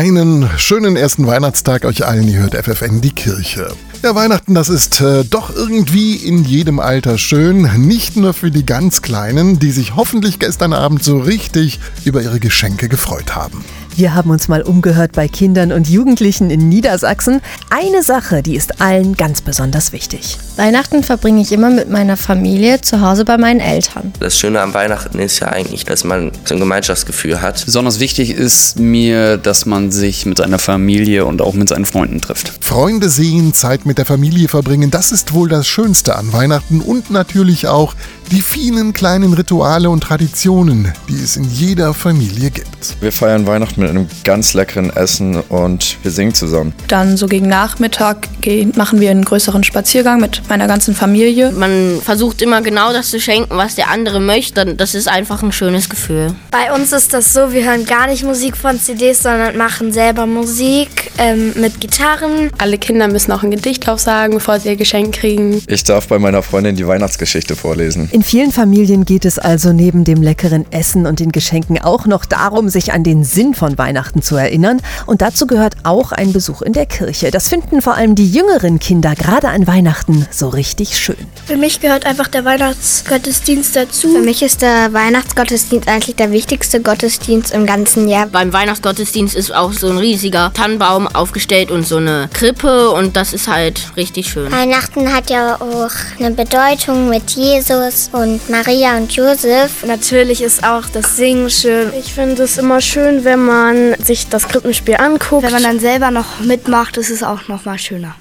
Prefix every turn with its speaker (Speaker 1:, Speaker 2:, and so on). Speaker 1: einen schönen ersten Weihnachtstag euch allen. Ihr hört FFN die Kirche. Ja, Weihnachten, das ist äh, doch irgendwie in jedem Alter schön. Nicht nur für die ganz Kleinen, die sich hoffentlich gestern Abend so richtig über ihre Geschenke gefreut haben.
Speaker 2: Wir haben uns mal umgehört bei Kindern und Jugendlichen in Niedersachsen. Eine Sache, die ist allen ganz besonders wichtig.
Speaker 3: Weihnachten verbringe ich immer mit meiner Familie zu Hause bei meinen Eltern.
Speaker 4: Das Schöne am Weihnachten ist ja eigentlich, dass man so ein Gemeinschaftsgefühl hat.
Speaker 5: Besonders wichtig ist mir, dass man sich mit seiner Familie und auch mit seinen Freunden trifft.
Speaker 1: Freunde sehen, Zeit mit der Familie verbringen, das ist wohl das Schönste an Weihnachten und natürlich auch die vielen kleinen Rituale und Traditionen, die es in jeder Familie gibt.
Speaker 6: Wir feiern Weihnachten mit einem ganz leckeren Essen und wir singen zusammen.
Speaker 7: Dann so gegen Nachmittag gehen, machen wir einen größeren Spaziergang mit meiner ganzen Familie.
Speaker 8: Man versucht immer genau das zu schenken, was der andere möchte. Das ist einfach ein schönes Gefühl.
Speaker 9: Bei uns ist das so, wir hören gar nicht Musik von CDs, sondern machen selber Musik ähm, mit Gitarren.
Speaker 10: Alle Kinder müssen auch ein Gedicht aufsagen, bevor sie ihr Geschenk kriegen.
Speaker 6: Ich darf bei meiner Freundin die Weihnachtsgeschichte vorlesen.
Speaker 2: In vielen Familien geht es also neben dem leckeren Essen und den Geschenken auch noch darum, sich an den Sinn von Weihnachten zu erinnern. Und dazu gehört auch ein Besuch in der Kirche. Das finden vor allem die jüngeren Kinder gerade an Weihnachten so richtig schön.
Speaker 11: Für mich gehört einfach der Weihnachtsgottesdienst dazu.
Speaker 12: Für mich ist der Weihnachtsgottesdienst eigentlich der wichtigste Gottesdienst im ganzen Jahr.
Speaker 8: Beim Weihnachtsgottesdienst ist auch so ein riesiger Tannenbaum aufgestellt und so eine Krippe und das ist halt richtig schön.
Speaker 12: Weihnachten hat ja auch eine Bedeutung mit Jesus und Maria und Josef.
Speaker 13: Natürlich ist auch das Singen schön.
Speaker 14: Ich finde es immer schön, wenn man sich das Krippenspiel anguckt.
Speaker 15: Wenn man dann selber noch mitmacht, ist es auch noch mal schöner.